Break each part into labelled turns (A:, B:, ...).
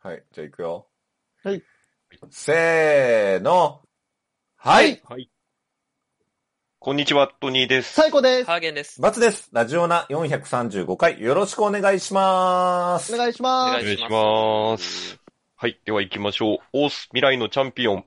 A: はい、じゃあ行くよ。
B: はい。
A: せーの。はい。
C: こんにちは、トニーです。
B: 最高です。
D: ハーゲンです。
A: バツです。ラジオナ435回、よろしくお願いします。
B: お願いし
D: お
B: ま
D: 願
B: す。
C: 願
D: い
C: い
D: し
C: し
D: ま
C: ますす。はい、では行きましょう。オース未来のチャンピオン。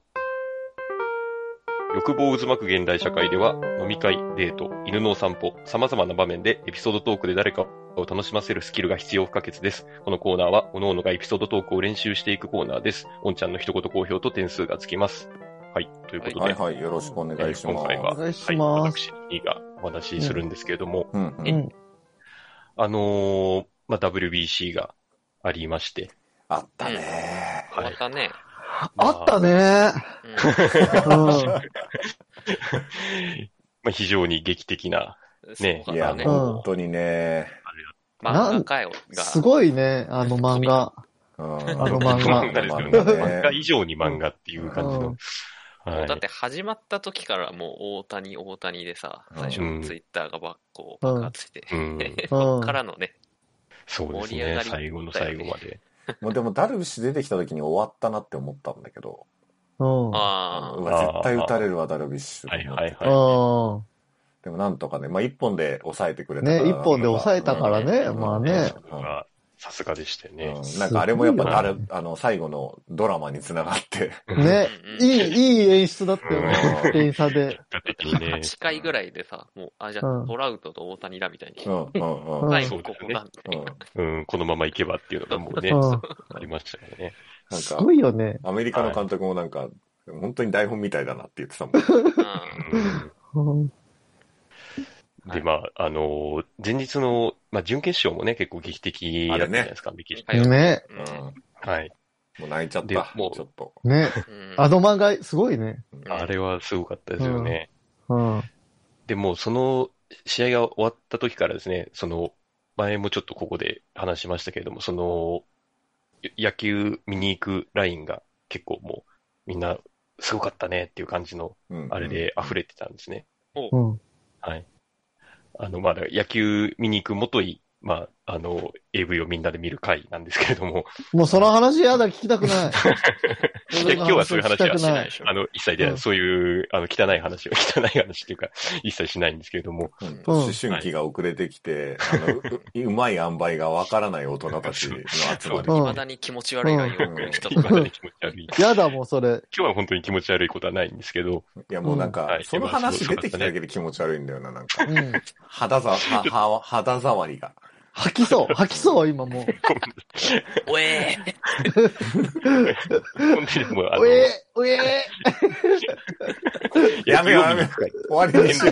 C: 欲望渦巻く現代社会では、飲み会、デート、犬のお散歩、様々な場面でエピソードトークで誰かを楽しませるスキルが必要不可欠です。このコーナーは、各々がエピソードトークを練習していくコーナーです。おんちゃんの一言好評と点数がつきます。はい、ということで、
A: はいはい、よろしくお願いします。
C: えー今回は
B: お願いし
C: はい、
B: ます。
C: 私、2がお話しするんですけれども、
A: うんうん
B: うん。
C: あのーまあ、WBC がありまして、
A: あったね
D: 終わったね。
B: あったね。
D: うん
B: うん。
C: まあ、非常に劇的な、ね
D: そう
A: い
D: だ
A: や、
D: ね。
B: うん
A: 本当にね。
D: 漫画界が。
B: すごいね、あの漫画。
A: うん
B: あの漫画
C: 漫画ですよね。漫画以上に漫画っていう感じの。は
D: もうだっ
C: い。
D: て始まった時からもう大谷、大谷でさ、最初
C: うん
D: ツイッターがばっこう爆発して、
C: うん
D: そっからのね、
C: そうです
D: 盛り上が
C: ね。
D: り
C: 最後の最後まで。
A: もうでも、ダルビッシュ出てきた時に終わったなって思ったんだけど、
B: うん。
D: あ
A: う
D: あ、
A: わ、絶対打たれるわ、ダルビッシュ。
C: はいはいはい。
B: う
A: でもなんとかね、まあ一本で抑えてくれ
B: ん。
A: たから
B: ね、一本で抑えたからね。
A: うん
B: まあね。
C: さすがでしたよね。
A: うんなんかあれもやっぱあれ
B: す
A: あの、最後のドラマにつながって。
B: ね、
D: うん
B: いい、いい演出だったよね
A: う。ん
B: 店員さんで。
C: 結果的に ね。
D: 8回ぐらいでさ、もう、あ、じゃ
B: う
D: あ
B: ん
D: トラウトと大谷だみたいに
A: う。んうんうん。
B: ん
D: 最後ここだみたい
A: うん
D: な。
C: うん、このままいけばっていうのがもうね
B: う、ん。
C: ありましたよね。
A: な
B: す
A: んか
B: ご、いよね。
A: アメリカの監督もなんか、本当に台本みたいだなって言ってたもん。
D: うん
B: うん。
C: で、まあ、あの前日の、まあ、準決勝もね、結構劇的だったじゃないですか、メキシコ。
B: ね、
A: うん。も
C: はい。
A: う泣いちゃっ
C: で
A: た。
C: もう
A: ちょっと。
B: ね。
D: うん
B: あの漫画、すごいね。
D: うん
C: あれはすごかったですよね。
B: うん。
C: でも、その試合が終わった時からですね、その、前もちょっとここで話しましたけれども、その、や野球見に行くラインが結構もう、みんな、すごかったねっていう感じの、
A: うん
C: あれ。で溢れてたんですね。
B: うん。
C: はい。あの、まあ、だから野球見に行く元い、まあ、あの、AV をみんなで見る回なんですけれども、
B: もうその話やだ、聞きたくない。
C: いや今日はそういう話はしない
B: 聞きたく
C: あの、一切で、
B: うん
C: そういう、あの、汚い話を、 汚い話っていうか、一切しないんですけれども、
A: うん思春期が遅れてきて、あのうううまい塩梅がわからない大人たちの集まり。
B: うん
D: 未だに気持ち悪いがよく人
C: 今
D: と
C: ま
D: か
C: で気持ち悪い。
B: やだ、もうそれ。
C: 今日は本当に気持ち悪いことはないんですけど、
A: いやもうなん
C: うん
A: か
C: は、い
A: その話出てきただけで気持ち悪いんだよな、なんか。
B: うん。
A: 肌ざ、は、は、肌触りが。
B: 吐きそう、吐きそう、今もう。
D: おえー
C: 本当にもう、あの、
B: うえうえ
A: やめようやめよ終わりにしよう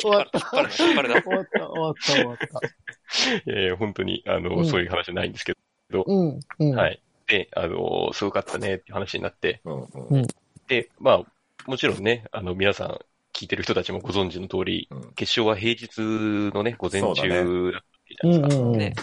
B: 終わった、
D: 引っ張るな、引っ張
B: 終
D: るな。
B: わった、終わった、終わった。
C: えー本当に、あの、
B: うん
C: そういう話はないんですけ
B: うん、うん。
C: ど、はい。で、あの、すごかったねっていう話になって、
A: うんうん
C: で、まあ、もちろんね、あの、皆さん、聞いてる人たちもご存知の通り、
A: うん
C: 決勝は平日のね、午前中だった
A: そうだ
C: じゃないですか。
B: うんうんうん
D: ね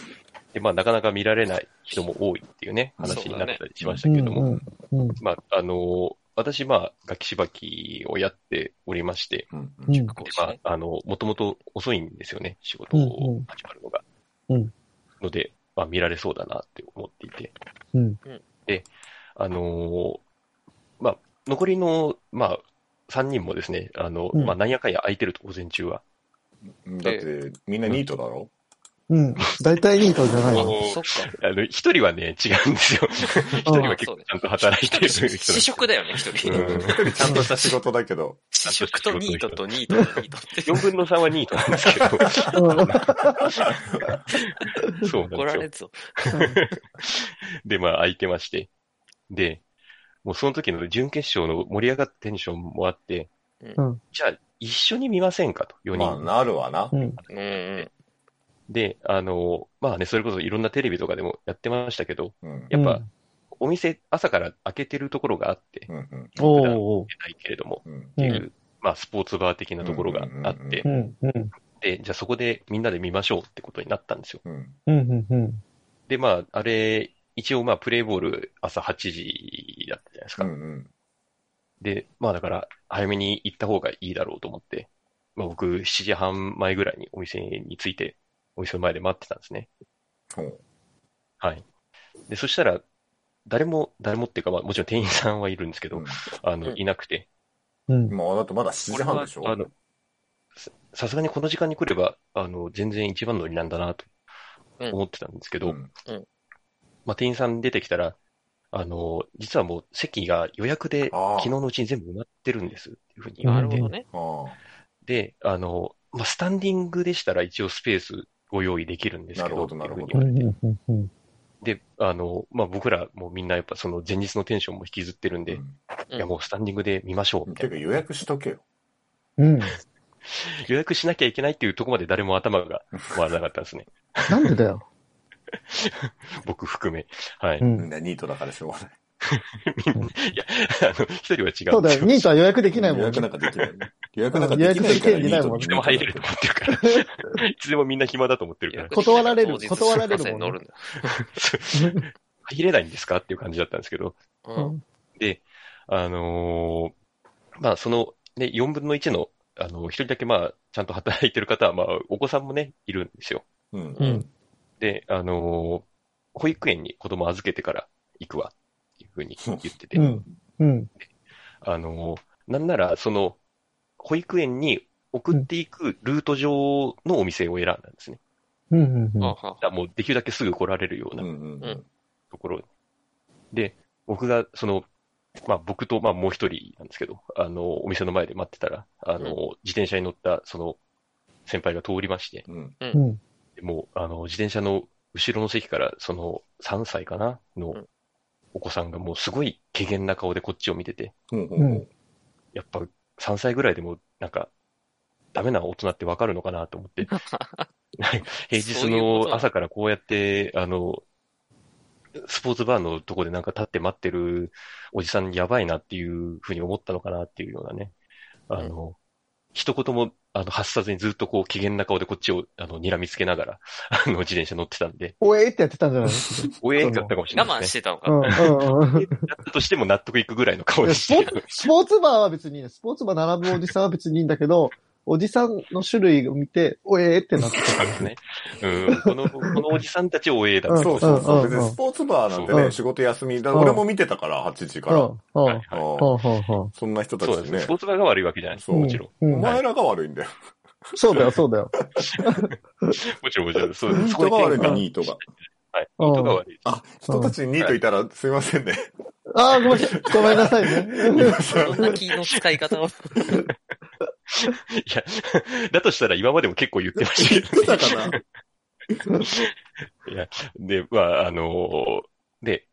C: で、まあ、なかなか見られない人も多いっていうね、話になったりしましたけれども、
B: うんうん、
C: まあ、あの、私、まあ、楽器しばきをやっておりまして、
A: うん
B: うん、うん。
D: こ
C: で
D: うし
C: ま
D: ね
C: あ、あの、もともと遅いんですよね、仕事を始まるのが。
B: うんうん
C: ので、まあ、見られそうだなって思っていて。
B: うん
C: で、あのーまあ、残りの、まあ、3人もですね、あの、
B: うん
C: まあ、なんやかんや空いてると午前中は。
A: うんだって、みんなニートだろ
B: うん。大体ニートじゃない
C: あ
B: よ。
C: の
D: そっか。
C: あの、一人はね、違うんですよ。一人は結構ちゃんと働いてる人なんです
D: 試食だよね、一人。
C: うん
A: ちゃんとした仕事だけ ど。
D: 試食とニートとニートとニートって。
C: 4分の3はニートなんです けど、そうなんですよ。
D: 怒られるぞ。
C: で、まあ、空いてまして。で、もうその時の準決勝の盛り上がったテンションもあって、
B: うん
C: じゃあ、一緒に見ませんかと、4
A: まあ、
C: 人。
A: なるわな
B: う。ん、
D: うんうん。
C: で、あの、まあね、それこそいろんなテレビとかでもやってましたけど、
A: うん。
C: やっぱ、お店、朝から開けてるところがあって、
A: うんうん
B: うん、おお
C: 出ないけれども、
A: うん。
C: っていう、まあ、スポーツバー的なところがあっ
A: うんうんうん
C: て
B: う、ん、うん、
C: で、じゃあそこでみんなで見ましょうってことになったんですよ。
A: うん。
B: うん、うん。
C: で、まあ、あれ、一応まあ、プレイボール朝8時だったじゃないです
A: う
C: か。
A: んうん。
C: で、まあだから、早めに行った方がいいだろうと思って、まあ僕、7時半前ぐらいにお店に着いて、お店の前で待ってたんですね。
A: ほう
C: はい。で、そしたら、誰も、誰もっていうか、まあ、もちろん店員さんはいるんですけど、
A: うん
C: あの、
D: うん
C: いなくて、
B: うん。
A: 今、だってまだ7時半でしょ
C: これはあの、ささすがにこの時間に来れば、あの、全然一番乗りなんだなと
D: うん
C: 思ってたんですけど、
A: うん
C: まあ、店員さん出てきたら、あの、実はもう席が予約で
A: ああ
C: 昨日のうちに全部埋まってるんですっていうふうに言わ
D: な
C: れ
D: るほ
C: て
D: ど、ね。
A: あ
C: で、あの、まあ、スタンディングでしたら一応スペースご用意できるんですけど、
A: なるほどなるほど
C: っていう
B: う
C: ふうに言われて
B: ん。うん。うん。
C: で、あの、まあ、僕らもうみんなやっぱその前日のテンションも引きずってるん
A: あ。
C: で、
A: う
D: うん
C: いやもうスタンディングで見ましょう、
A: ん
C: みた
A: て
C: い
A: か
C: な。
A: 予約しとけよ。
B: うん。
C: 予約しなきゃいけないっていうところまで誰も頭が回らなかったですね。
B: なんでだよ。
C: 僕含め。はい。
B: う
C: い
B: ん。
A: ねニートだからしょうがない。
C: や、あの、一人は違うんですよ。
B: そうだよ。ニートは予約できない
A: 予
B: もん
A: 約
B: ね。
A: なんかできない。予約なんかできないから
B: うん
A: ニ
B: 予約する権利な
A: ー
B: い
A: ト
B: もん
C: いつでも入れると思ってるか ら。いつでもみんな暇だと思ってるから。
B: 断られる
D: 当日
B: 断られるもんね
D: 新幹線に乗るんだ。
C: 入れないんですかっていう感じだったんですけど。
D: うん。
C: で、あのーまあ、その、ね、4分の1の、あの、一人だけまあ、ちゃんと働いてる方は、まあ、お子さんもね、いるんですよ。
A: うん。
B: う
D: うんん。
C: で、あのー保育園に子供預けてから行くわ、っていうふうに言ってて。
B: うん。うん。
C: あのーなんなら、その、保育園に送っていくルート上のお店を選んだんですね。
B: うん。うん。うん
D: あは
C: だからもうできるだけすぐ来られるよう
A: う
C: なん
A: うんうん。
C: ところにで、僕が、その、まあ僕と、まあもう一人なんですけど、あの、お店の前で待ってたら、あの、
D: うん
C: 自転車に乗った、その、先輩が通りまして、
A: うん。
B: うん。
C: でもう、あの、自転車の後ろの席から、その、3歳かなの
D: うん
C: お子さんがもうすごい怪げな顔でこっちを見てて、
A: うんうんうん
C: やっぱ3歳ぐらいでも、なんか、ダメな大人ってわかるのかなと思って、平日
D: そういうこと
C: の
D: なの
C: 朝からこうやって、あの、スポーツバーのとこでなんか立って待ってるおじさんやばいなっていうふうに思ったのかなっていうようなね。あの、一言もあの発さずにずっとこう機嫌な顔でこっちをあの睨みつけながら、 あの自転車乗ってたんで、
B: おえーってやってたんじゃない
C: おえーってなったかもしれ
D: 我
C: ない
D: 慢
C: で
D: し
C: すね。
D: てたのか。
B: うん。うん。うん。
C: だったとしても納得いくぐらいの顔
B: いや
C: で
B: ス
C: し
B: ポ
C: た
B: ーツ、スポーツバーは別にいいよスポーツバー並ぶおじさんは別にいいんだけど、おじさんの種類を見て、おえーってなってた。
C: ね。うん、この、このおじさんたちをおえーだ
B: うん
C: った
A: そうそうそう。
B: うんうん
A: 別にスポーツバーなんて
B: う
A: ね、
B: ん
A: 仕事休みだ。
B: うん
A: 俺も見てたから、8時
B: う
A: か
B: ん。
A: ら。
B: うん。う
C: はい
B: ん。
C: はい
A: うん
B: うん。うん。
A: そんな人た
C: そうなん
A: ち
C: ですね。
A: ね
C: スポ。ーツバーが悪いわけじゃないです。
A: そう
C: もちろん。
B: う
A: お
B: ん。
A: 前らが悪いんだよ。
B: そうだよ、そうだよ。
C: もちろん、もちろん。そう
A: ニートが悪いんだ、ニートが。
C: はい。
B: うん
C: 人が悪い。
A: あ、人たちにニートいたらすいませんね。
B: ああ、ごめんなさい。ごめんなさいね。
D: どんな気の使い方を。
C: いや、 だとしたら今までも結構言ってま したけど。
A: 言ってたかな
C: で、まあ、あので、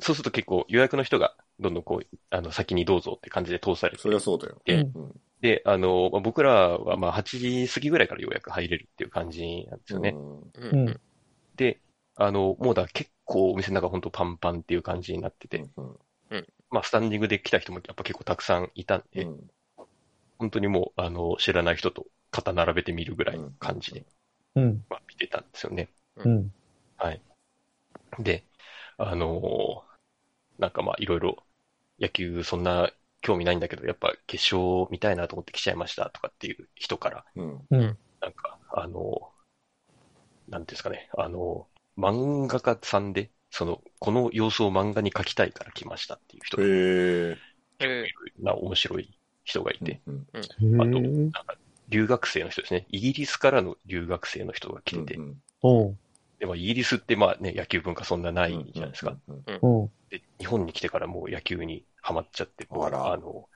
C: そうすると結構予約の人がどんどんこう、あの、先にどうぞって感じで通されて
A: そりゃそうだよ。
C: え
B: うん
A: うん
C: で、あのまあ僕らはまあ8時過ぎぐらいからようやく入れるっていう感じなんですよね。
A: うん
D: う
B: うん。
C: で、あのもうだ結構お店の中本当パンパンっていう感じになってて、
A: うん
C: まあスタンディングで来た人もやっぱ結構たくさんいたんで、
A: うん
C: 本当にもう、あの、知らない人と肩並べてみるぐらいの感じで、
B: うん。
C: まあ見てたんですよね。
B: うん。
C: で、あのーなんかまあいろいろ野球そんな興味ないんだけど、やっぱ決勝見たいなと思って来ちゃいましたとかっていう人から、
A: うん。
C: なんか、あのーなんていうんですかね、あのー漫画家さんで、その、この様子を漫画に描きたいから来ましたっていう人がい
A: へ
D: うん
C: るな面白い人がいて、
A: え。うん
B: へ
C: あと、な
B: え
C: ん。か留学生の人ですね。イギリスからの留学生の人が来てて、
A: うん
B: おう。
C: でまあイギリスってまあね、野球文化そんなないじゃないですか。。
A: うん
B: おう。
C: で、日本に来てからもう野球にハマっちゃって、もう
A: あら
C: あの、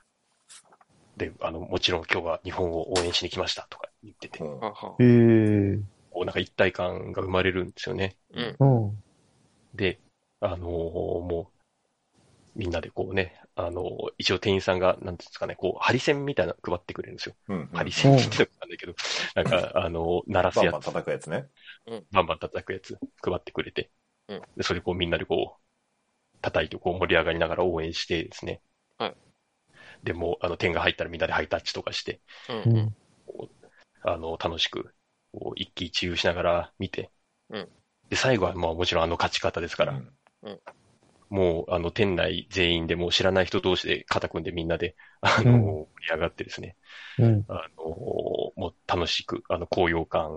C: で、あの、もちろん今日は日本を応援しに来ましたとか言ってて、
A: う
C: こ
A: ん
D: はは
B: へえ。
C: うなんか一体感が生まれるんですよね。
D: うん。
B: うん。
C: で、あのーもう、みんなでこうね、あのー一応店員さんが、なんていうんですかね、こう、ハリセンみたいなの配ってくれるんですよ。
A: うん。
C: ハリセンって言ってたんだけど、なんか、あのー鳴らす
A: バン
C: や
A: バン
C: つ、
A: 叩くやつね。
C: バンバン叩くやつ配ってくれて、
D: うん
C: で、それこうみんなでこう、叩いてこう盛り上がりながら応援してですね。
D: はい
C: で、もうあの点が入ったらみんなでハイタッチとかして、
D: うん
B: う
D: うん。
B: ん。
C: あの、楽しく、こう一喜一憂しながら見て、
D: うん
C: で、最後はまあもちろんあの勝ち方ですから、
A: うん
C: もうあの店内全員でもう知らない人同士で肩組んでみんなで、あの、
B: うん
C: 盛り上がってですね、
B: うん。
C: あの、もう楽しく、あの、高揚感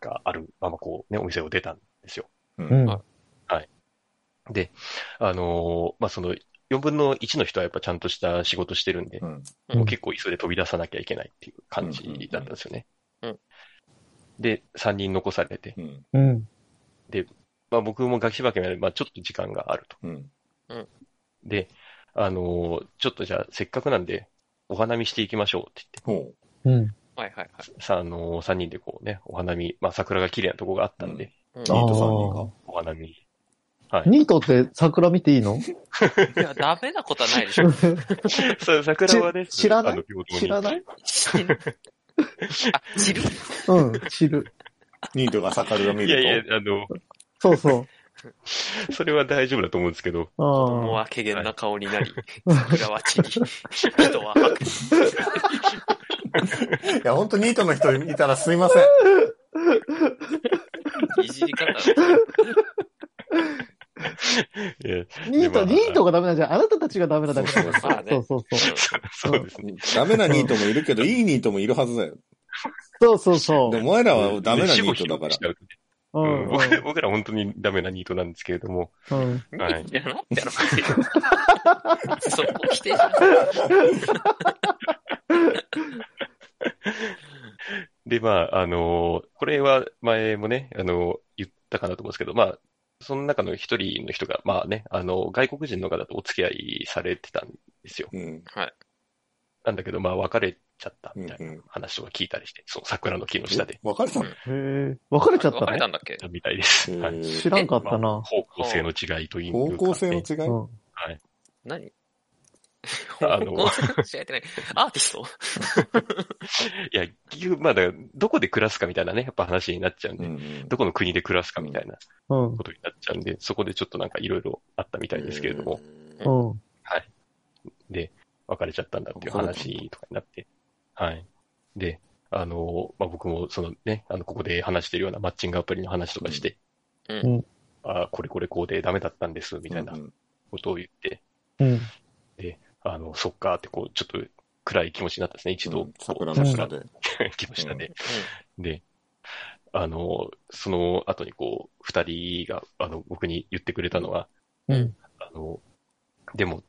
C: があるままこうね、お店を出たんですよ。
A: う。
B: うんん。
C: で、あのーまあ、その、4分の1の人はやっぱちゃんとした仕事してるんで、
A: うん。
D: うん
C: もう結構急いで飛び出さなきゃいけないっていう感じだったんですよね。
D: うんうん
C: で、3人残されて、
A: うん。
B: うん。
C: まあ、僕もガキしばけまで、まあ、ちょっと時間があると。
A: うん。
C: で、あのーちょっとじゃあせっかくなんで、お花見していきましょうって
A: ほう。
B: うん。
D: はいはいはい。
C: 言って、さ、あのー、3人でこうね、お花見、まあ、桜が綺麗なとこがあったんで、
D: うん
A: ニート
B: あ
A: さん人か。
C: お花見。 はい。
B: ニートって桜見ていいの
D: いや、ダメなことはないで しょ。
C: そう、桜はね、
B: ち知らない
C: あの平等に
B: 知らない
D: あ、知る
B: うん、知る。
A: ニートが盛るを見
C: いやいや
A: る、
C: あの、
B: そうそう。
C: それは大丈夫だと思うんですけど、
D: 子供
B: ああ。
D: は怪げな顔になり、桜は散り、人は白く。
A: と。いや、本当ニートの人いたらすいません。
D: いじり方が
C: いや
B: ニー
C: でまあ
B: ト、ニートがダメなんじゃん。あなたたちがダメなだけだ
A: そうそうそう
D: まあね
B: そうそうそう。
C: そうですね。
A: ダメなニートもいるけど、いいニートもいるはずだよ。
B: そうそうそ
A: でも、お前らはダメなニ
C: 死後
A: ートだか
C: しちゃうとね
B: う。う
C: うん
B: ん。
C: 僕僕ら本当にダメなニートなんですけれども、
B: うん。
C: はい。
D: いや、なんてや ろ。そこ否定しない
C: で、まあ、あのーこれは前もね、あのー言ったかなと思うんですけど、まあ、その中の一人の人が、まあね、あの外国人の方とお付き合いされてたんですよ。
A: ら。うん。
C: なんだけど、まあ、別れちゃった
A: うん
C: みたいな話を聞いたりして、その桜の木の下で、
A: うん。別れたの
B: へえ。別れちゃった
D: 別れ
B: ね
D: た。んだっけ
C: みたいです。
A: へ
C: はい。
A: ー
B: 知らんかった
C: まあ
B: な。
C: 方向性の違いというか、
A: 方
C: ね。
A: 向性の違い、
B: うん。
D: 何
C: あの
D: 高校生ってない。アーティスト
C: いや、結局、まあ、だからどこで暮らすかみたいなね、やっぱ話になっちゃうん
A: う
C: で、
A: ん
C: どこの国で暮らすかみたいな
B: うん。
C: ことになっちゃうんで、そこでちょっとなんかいろいろあったみたいですけれども、。
D: う
B: うん。
C: 別れちゃったんだっていう話とかになって、はい。で、あの、まあ、僕もそのね、あの、ここで話してるようなマッチングアプリの話とかして、
D: うん
B: うんうん
C: あこれこれこうでダメだったんです、みたいな
A: うんうん
C: ことを言って、
B: うん。
C: あの、そっかってこう、ちょっと暗い気持ちになったんですね、一度。
A: うん 桜の下で。
C: 暗い気持ちになってで、あの、その後にこう、二人が、あの、僕に言ってくれたのは、
B: うん。
C: あの、でも、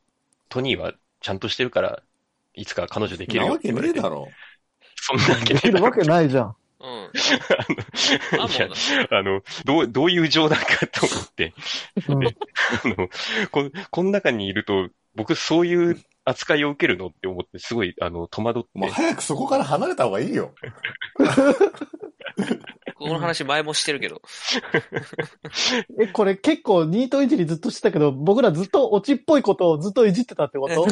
C: トニーはちゃんとしてるから、いつか彼女できる
A: な
C: よ
A: わ
C: って
A: け
C: 言わ
A: ねえ
C: れて。
A: だろ。
C: そんなわけ
B: で
C: ね
B: き
C: え
B: る
C: だろ。
B: わけ ないじゃん。
D: うん。
C: あの
D: あ、も
C: いや
D: う、、
C: あの、どう、どういう冗談かと思って、
B: うん。
C: あの、こ、この中にいると、僕そういう扱いを受けるのって思って、すごい、あの、戸惑って
A: お、前早くそこから離れた方がいいよ。
D: この話前もしてるけど。
B: え、これ結構ニートいじりずっとしてたけど、僕らずっとオチっぽいことをずっといじってたってこと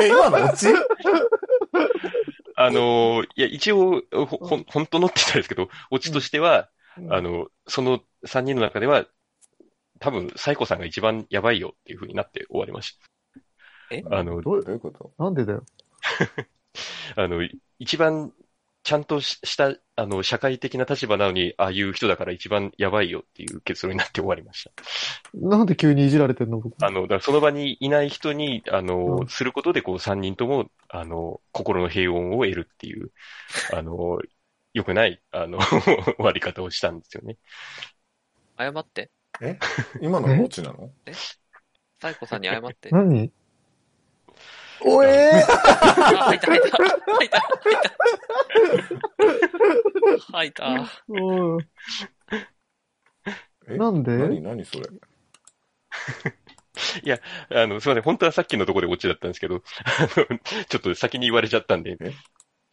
A: え、今のうち
C: あの、いや、一応、ほ、ほん、本当のって言ったんですけど、オチとしては、あの、その3人の中では、多分、サイコさんが一番やばいよっていう風になって終わりましあの
A: どうどういうこと
B: なんでだよ。
C: た。あの、一番、ちゃんとしした、あの、社会的な立場なのに、ああいう人だから一番やばいよっていう結論になって終わりまし
B: なんで急にいじられてんの僕
C: た。あの、だからその場にいない人に、あの、
B: うん
C: することで、こう、3人とも、あの、心の平穏を得るっていう、あの、良くない、あの、 終わり方をしたんですよね。
D: 謝って。
A: 今のオチなの
D: サイコさんに 謝って。
B: 何
A: おえー
D: あ、吐いた吐いた。吐いた。吐いた。吐いた。
B: うん。
A: え
B: なんで
A: 何何それ
C: あの、すみません。本当はさっきのところでオチだったんですけど、あの、ちょっと先に言われちゃったんで、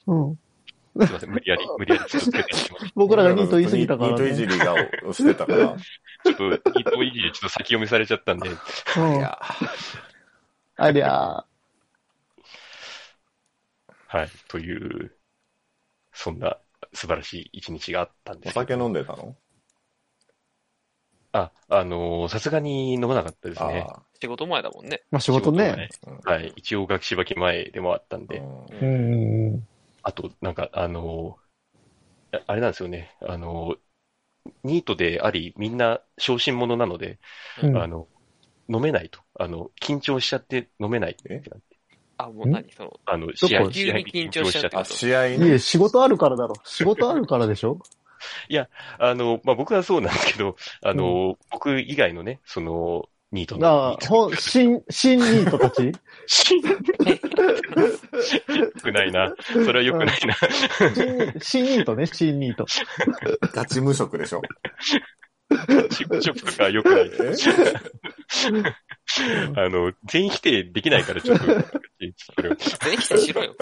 B: うん。
C: すみません。無理やり、無理やりちょっとつけてしまいまし
B: 僕らがニート言い過ぎたから、
A: ニートい
B: ね
A: じ。りがをしてたから。
C: た。ちょっと、伊藤いじりちょっと先読みされちゃったんで、
A: い
B: うん。
A: や、
B: ありゃー。
C: はい。という、そんな素晴らしい一日があったん
A: お
C: ですけど。
A: 酒飲んでたの
C: あ、あのさすがに飲まなかったです
A: あ
C: ね。
A: あ
D: 仕事前だもんね。
B: まあ仕事
C: 仕
B: ね。
A: ー。うん
C: 前。はい。一応学士ばき前でもあったんで、
A: う
B: うんうんうん。
C: あと、なんか、あのああれなんですよね。あのニートであり、みんな小心者なので、
B: うん
C: あの、飲めないと。あの、緊張しちゃって飲めないってなって。
D: あ、もう何その、
C: あの、
B: こ
C: 試合、
D: 急に緊張しちゃって
A: んあ、試合
B: い
A: ね。
B: え、仕事あるからだろ。仕事あるからでしょ
C: あの、まあ、僕はそうなんですけど、あの、僕以外のね、その、ニート
B: あ
C: の、
B: あ、ほん、新、新ニートたち
C: 良くないな。それは良くないな。
B: 新ニート新ニートね、新ニート。
A: ガチ無職で しょ。
C: チップチョップとか良くないです。
A: え
C: あの、全否定できないからちょっと、それをい
D: 全否定しろよ。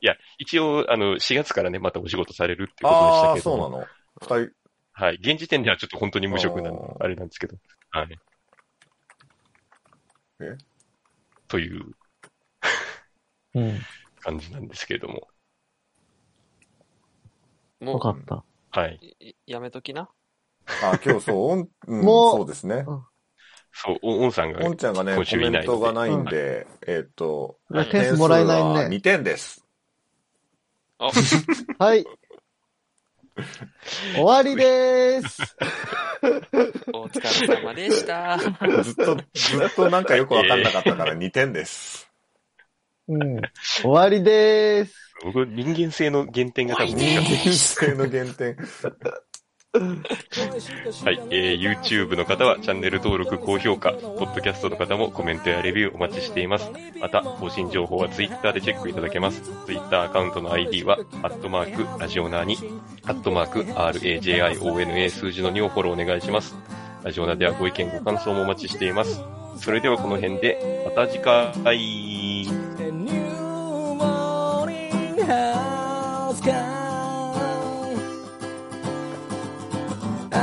C: や、一応、あの、4月からね、またお仕事されるってことで
A: あ
C: した
A: あ、
C: けど。
A: そうなの。二人、
C: はい。現時点ではちょっと本当に無職な
A: あ
C: の、
A: ー
C: あれなんですけど。はい。
A: え
C: という
B: うん。
C: 感じなんですけれども。
D: も
B: わかった。
C: はい。
D: う、いやめときな。
A: あ、今日そう、おん、うん、
B: もう
A: そうですね。
C: そう、お、おんさんが
A: おんちゃんがね、
C: 今週
A: コ
C: いな
A: メン
C: いので
A: トがないんで、えっと、
B: いや
D: うん
B: 点数もらえ
A: 点数
B: な
A: はい
B: ね。
A: 2点です。
D: あ、
B: はい。終わりでーす。
D: お疲れ様でした。
A: ずっと、ずっとなんかよくわかんなかったから2点です。
B: うん。終わりでーす。
C: 僕、人間性の原点が多分違う。
A: 人生の原点。
C: はい、えー YouTube の方はチャンネル登録、高評価、ポッドキャストの方もコメントやレビューお待ちしています。また、更新情報は Twitter でチェックいただけます。Twitter アカウントの ID は、アットマーク、ラジオナーに、アットマーク、RAJIONA 数字の2をフォローお願いします。ラジオナではご意見、ご感想もお待ちしています。それではこの辺で、また次回。
E: A new morning has come